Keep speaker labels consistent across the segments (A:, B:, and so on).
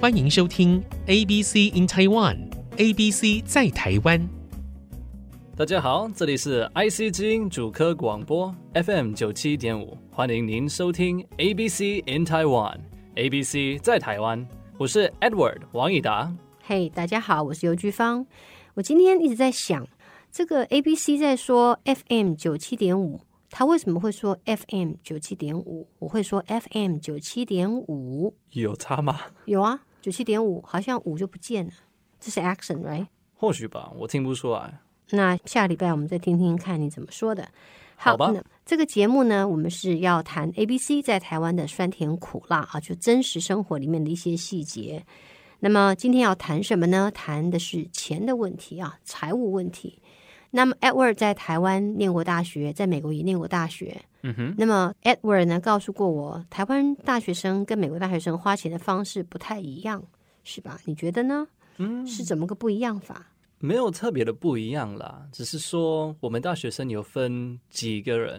A: 欢迎收听 ABC in Taiwan，ABC 在台湾。
B: 大家好，这里是 IC 之音主科广播 FM 九七点五，欢迎您收听 ABC in Taiwan，ABC 在台湾，我是 Edward 王以达。
C: 嘿大家好，我是尤居芳。我今天一直在想，这个 A B C 在说 F M 九七点五，他为什么会说 F M 九七点五？我会说 F M 九七点五，
B: 有差吗？
C: 有啊，九七点五好像五就不见了，这是 action right？
B: 或许吧，我听不出来。
C: 那下礼拜我们再听听看你怎么说的。好
B: 好吧
C: 那这个节目呢，我们是要谈 A B C 在台湾的酸甜苦辣啊，就真实生活里面的一些细节。那么今天要谈什么呢？谈的是钱的问题啊，财务问题。那么 Edward 在台湾念过大学，在美国也念过大学。
B: 嗯哼，
C: 那么 Edward 呢告诉过我，台湾大学生跟美国大学生花钱的方式不太一样，是吧？你觉得呢？嗯，是怎么个不一样法？
B: 没有特别的不一样啦，只是说我们大学生有分几个人，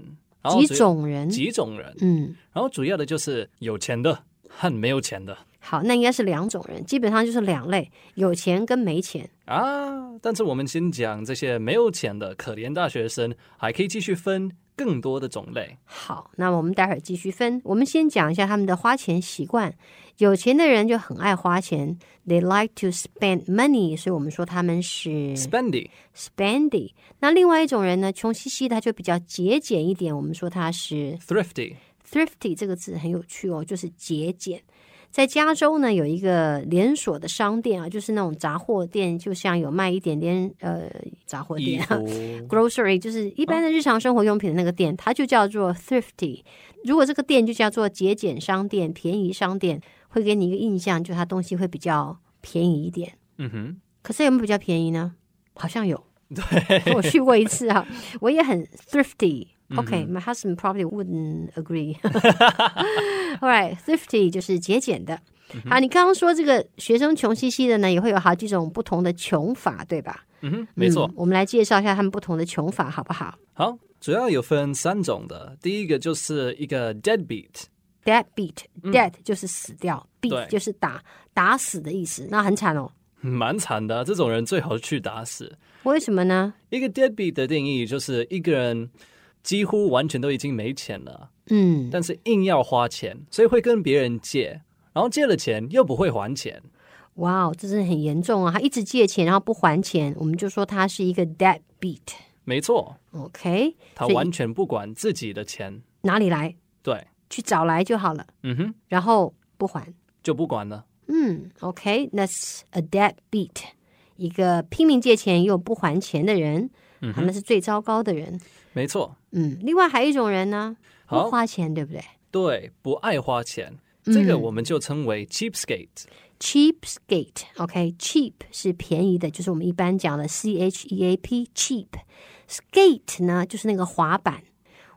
B: 然后
C: 几
B: 主要
C: 种人？
B: 几种人，
C: 嗯。
B: 然后主要的就是有钱的和没有钱的
C: 好，那应该是两种人，基本上就是两类，有钱跟没钱。
B: 啊。但是我们先讲这些没有钱的可怜大学生，还可以继续分更多的种类。
C: 好，那我们待会儿继续分。我们先讲一下他们的花钱习惯。有钱的人就很爱花钱，they like to spend money，所以我们说他们是
B: Spendy
C: spendy。那另外一种人呢，穷兮兮的，他就比较节俭一点，我们说他是
B: thrifty，
C: thrifty 这个字很有趣哦，就是节俭。在加州呢，有一个连锁的商店啊，就是那种杂货店，就像有卖一点点呃杂货
B: 衣
C: 店啊，
B: 服
C: grocery 就是一般的日常生活用品的那个店，它就叫做 thrifty。如果这个店就叫做节俭商店、便宜商店，会给你一个印象，就它东西会比较便宜一点。
B: 嗯哼，
C: 可是有没有比较便宜呢？好 像有，对，我去过一次啊，我也很 thrifty。OK，my、husband
B: 嗯
C: probably wouldn't agree 。All right，thrifty 就是节俭的。
B: 嗯
C: 啊，你刚刚说这个学生穷兮兮的呢，也会有好几种不同的穷法，对吧？
B: 嗯哼，没错
C: 嗯。我们来介绍一下他们不同的穷法，好不好
B: 好，主要有分三种的，第一个就是一个 deadbeat，
C: ？Dead beat dead、就是死掉
B: 嗯对
C: ，beat 就是打打死的意思，那很惨哦。
B: 蛮惨的，这种人最好去打死。
C: 为什么呢？
B: 一个 deadbeat 的定义就是一个人几乎完全都已经没钱了，
C: 嗯，
B: 但是硬要花钱，所以会跟别人借，然后借了钱又不会还钱。
C: 哇哦，这真的很严重啊！他一直借钱，然后不还钱，我们就说他是一个 dead beat。
B: 没错，
C: OK，
B: 他
C: 所以
B: 完全不管自己的钱，
C: 哪里来？
B: 对，
C: 去找来就好了，
B: 嗯哼，
C: 然后不还。
B: 就不管了。
C: 嗯，OK，that's、a dead beat，一个拼命借钱又不还钱的人，
B: 嗯
C: 他们是最糟糕的人。
B: 没错，
C: 嗯，另外还有一种人呢，
B: 好
C: 不花钱，对不对？
B: 对，不爱花钱，这个
C: 嗯
B: 我们就称为 cheapskate。
C: cheapskate，OK，cheap、是便宜的，就是我们一般讲的 c h e a p cheap。skate 呢，就是那个滑板。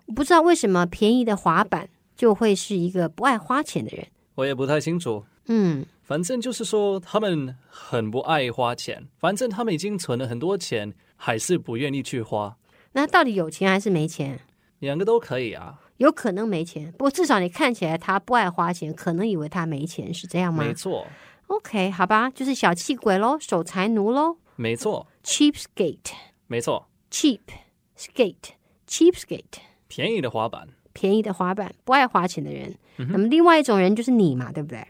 C: 我不知道为什么便宜的滑板就会是一个不爱花钱的人。
B: 我也不太清楚，
C: 嗯，
B: 反正就是说，他们很不爱花钱。反正他们已经存了很多钱，还是不愿意去花。
C: 那到底有钱还是没钱？
B: 两个都可以啊，
C: 有可能没钱，不过至少你看起来他不爱花钱，可能以为他没钱，是这样吗
B: 没错，
C: ？OK，好吧，就是小气鬼喽，守财奴喽
B: 没错，
C: ，cheapskate，cheap
B: 没错。
C: skate，cheapskate。
B: 便宜的滑板，
C: 便宜的滑板，不爱花钱的人。那么另外一种人就是你嘛，对不 对？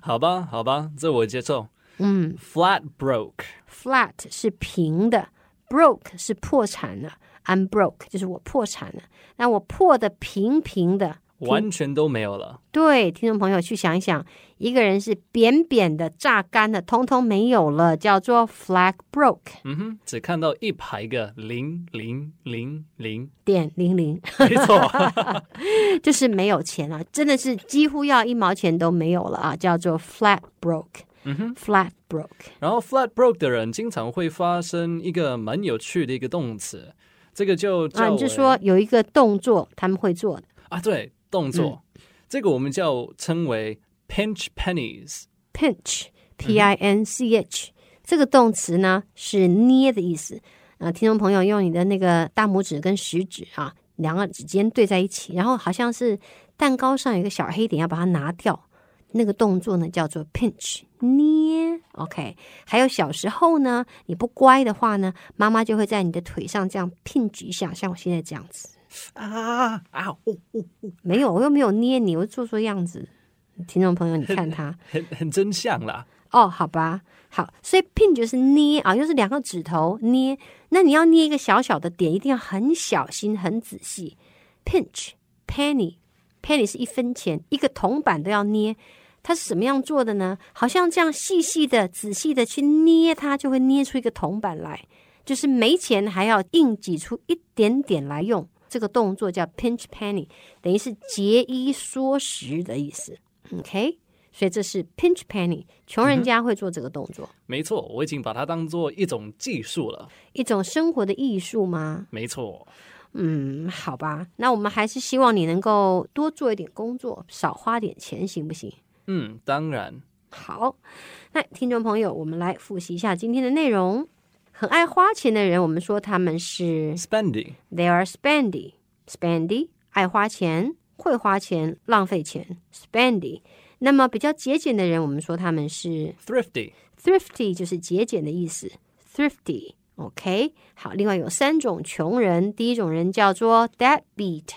B: 好吧，好吧，这我接受。
C: 嗯
B: ，flat broke，
C: ，flat 是平的，broke 是破产了，I'm broke 就是我破产了。那我破的平平的，
B: 完全都没有了。
C: 对，听众朋友去想一想，一个人是扁扁的、榨干的，通通没有了，叫做 flat broke
B: 嗯哼，只看到一排个零零零零，
C: 点零零，
B: 没错，
C: 就是没有钱了，真的是几乎要一毛钱都没有了啊，叫做 flat broke。嗯哼，flat broke。
B: 然后 flat broke 的人经常会发生一个蛮有趣的一个动词，这个就叫
C: 啊，你
B: 为
C: 就说有一个动作他们会做的，
B: 啊，对，动作，这个我们叫称为 pinch pennies。
C: pinch p i n c h、这个动词呢是捏的意思啊。听众朋友用你的那个大拇指跟食指啊，两个指尖对在一起，然后好像是蛋糕上有一个小黑点，要把它拿掉，那个动作呢叫做 pinch 捏，OK。还有小时候呢，你不乖的话呢，妈妈就会在你的腿上这样 pinch 一下，像我现在这样子。
B: 啊啊！哦哦，
C: 没有，我又没有捏你，我做做样子。听众朋友，你看他
B: 很很真相啦。
C: 哦，好吧，好，所以 pinch 就是捏啊，又是两个指头捏。那你要捏一个小小的点，一定要很小心、很仔细。pinch penny penny 是一分钱，一个铜板都要捏。它是怎么样做的呢？好像这样细细的、仔细的去捏它，就会捏出一个铜板来。就是没钱还要硬挤出一点点来用，这个动作叫 pinch penny，等于是节衣缩食的意思。OK，所以这是 pinch penny，穷人家会做这个动作，
B: 没错，我已经把它当做一种技术了。
C: 一种生活的艺术吗？
B: 没错，
C: 嗯，好吧，那我们还是希望你能够多做一点工作，少花点钱，行不行？
B: 嗯，当然，
C: 好，那听众朋友，我们来复习一下今天的内容。很爱花钱的人，我们说他们是
B: spending
C: they are spendy spendy，爱花钱，会花钱，浪费钱 spendy。那么比较节俭的人，我们说他们是
B: thrifty
C: thrifty 就是节俭的意思，thrifty。OK，好，另外有三种穷人，第一种人叫做 deadbeat。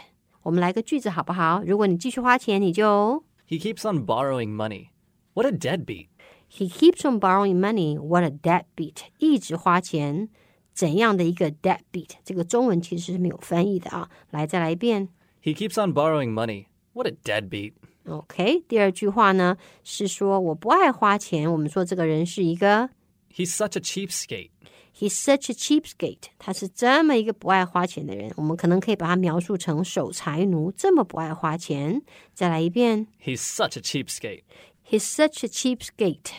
C: 我们来个句子好不好？如果你继续花钱，你就
B: He keeps on borrowing money. What a deadbeat.
C: He keeps on borrowing money. What a deadbeat！一直花钱，怎样的一个 deadbeat？这个中文其实是没有翻译的啊。来，再来一遍。
B: He keeps on borrowing money. What a deadbeat.
C: OK，第二句话呢是说我不爱花钱，我们说这个人是一个
B: He's such a cheapskate.
C: He's such a cheapskate，他是这么一个不爱花钱的人。我们可能可以把他描述成守财奴，这么不爱花钱。再来一遍
B: He's such a cheapskate.
C: ，He's such a cheapskate。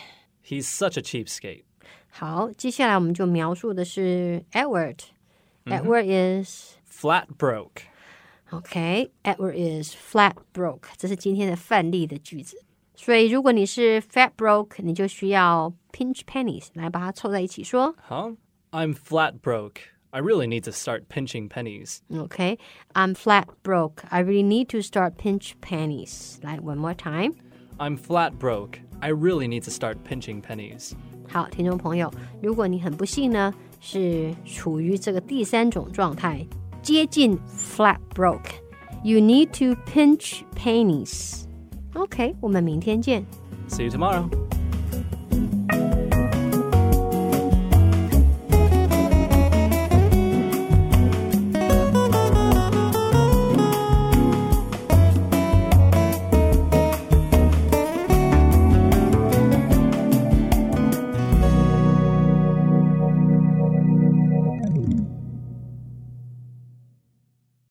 B: He's such a cheapskate.
C: 好，接下来我们就描述的是 Edward。Edward is
B: Flat broke.
C: OK, Edward is flat broke，这是今天的范例的句子。所以如果你是 flat broke，你就需要 pinch pennies 来把它凑在一起说。
B: Huh? I'm flat broke. I really need to start pinching pennies.
C: OK, I'm flat broke. I really need to start pinch pennies. 来，one more time.
B: I'm flat broke. I really need to start pinching pennies.
C: 好，听众朋友，如果你很不幸呢，是处于这个第三种状态，接近 flat broke。You need to pinch pennies. OK，我们明天见。
B: See you tomorrow.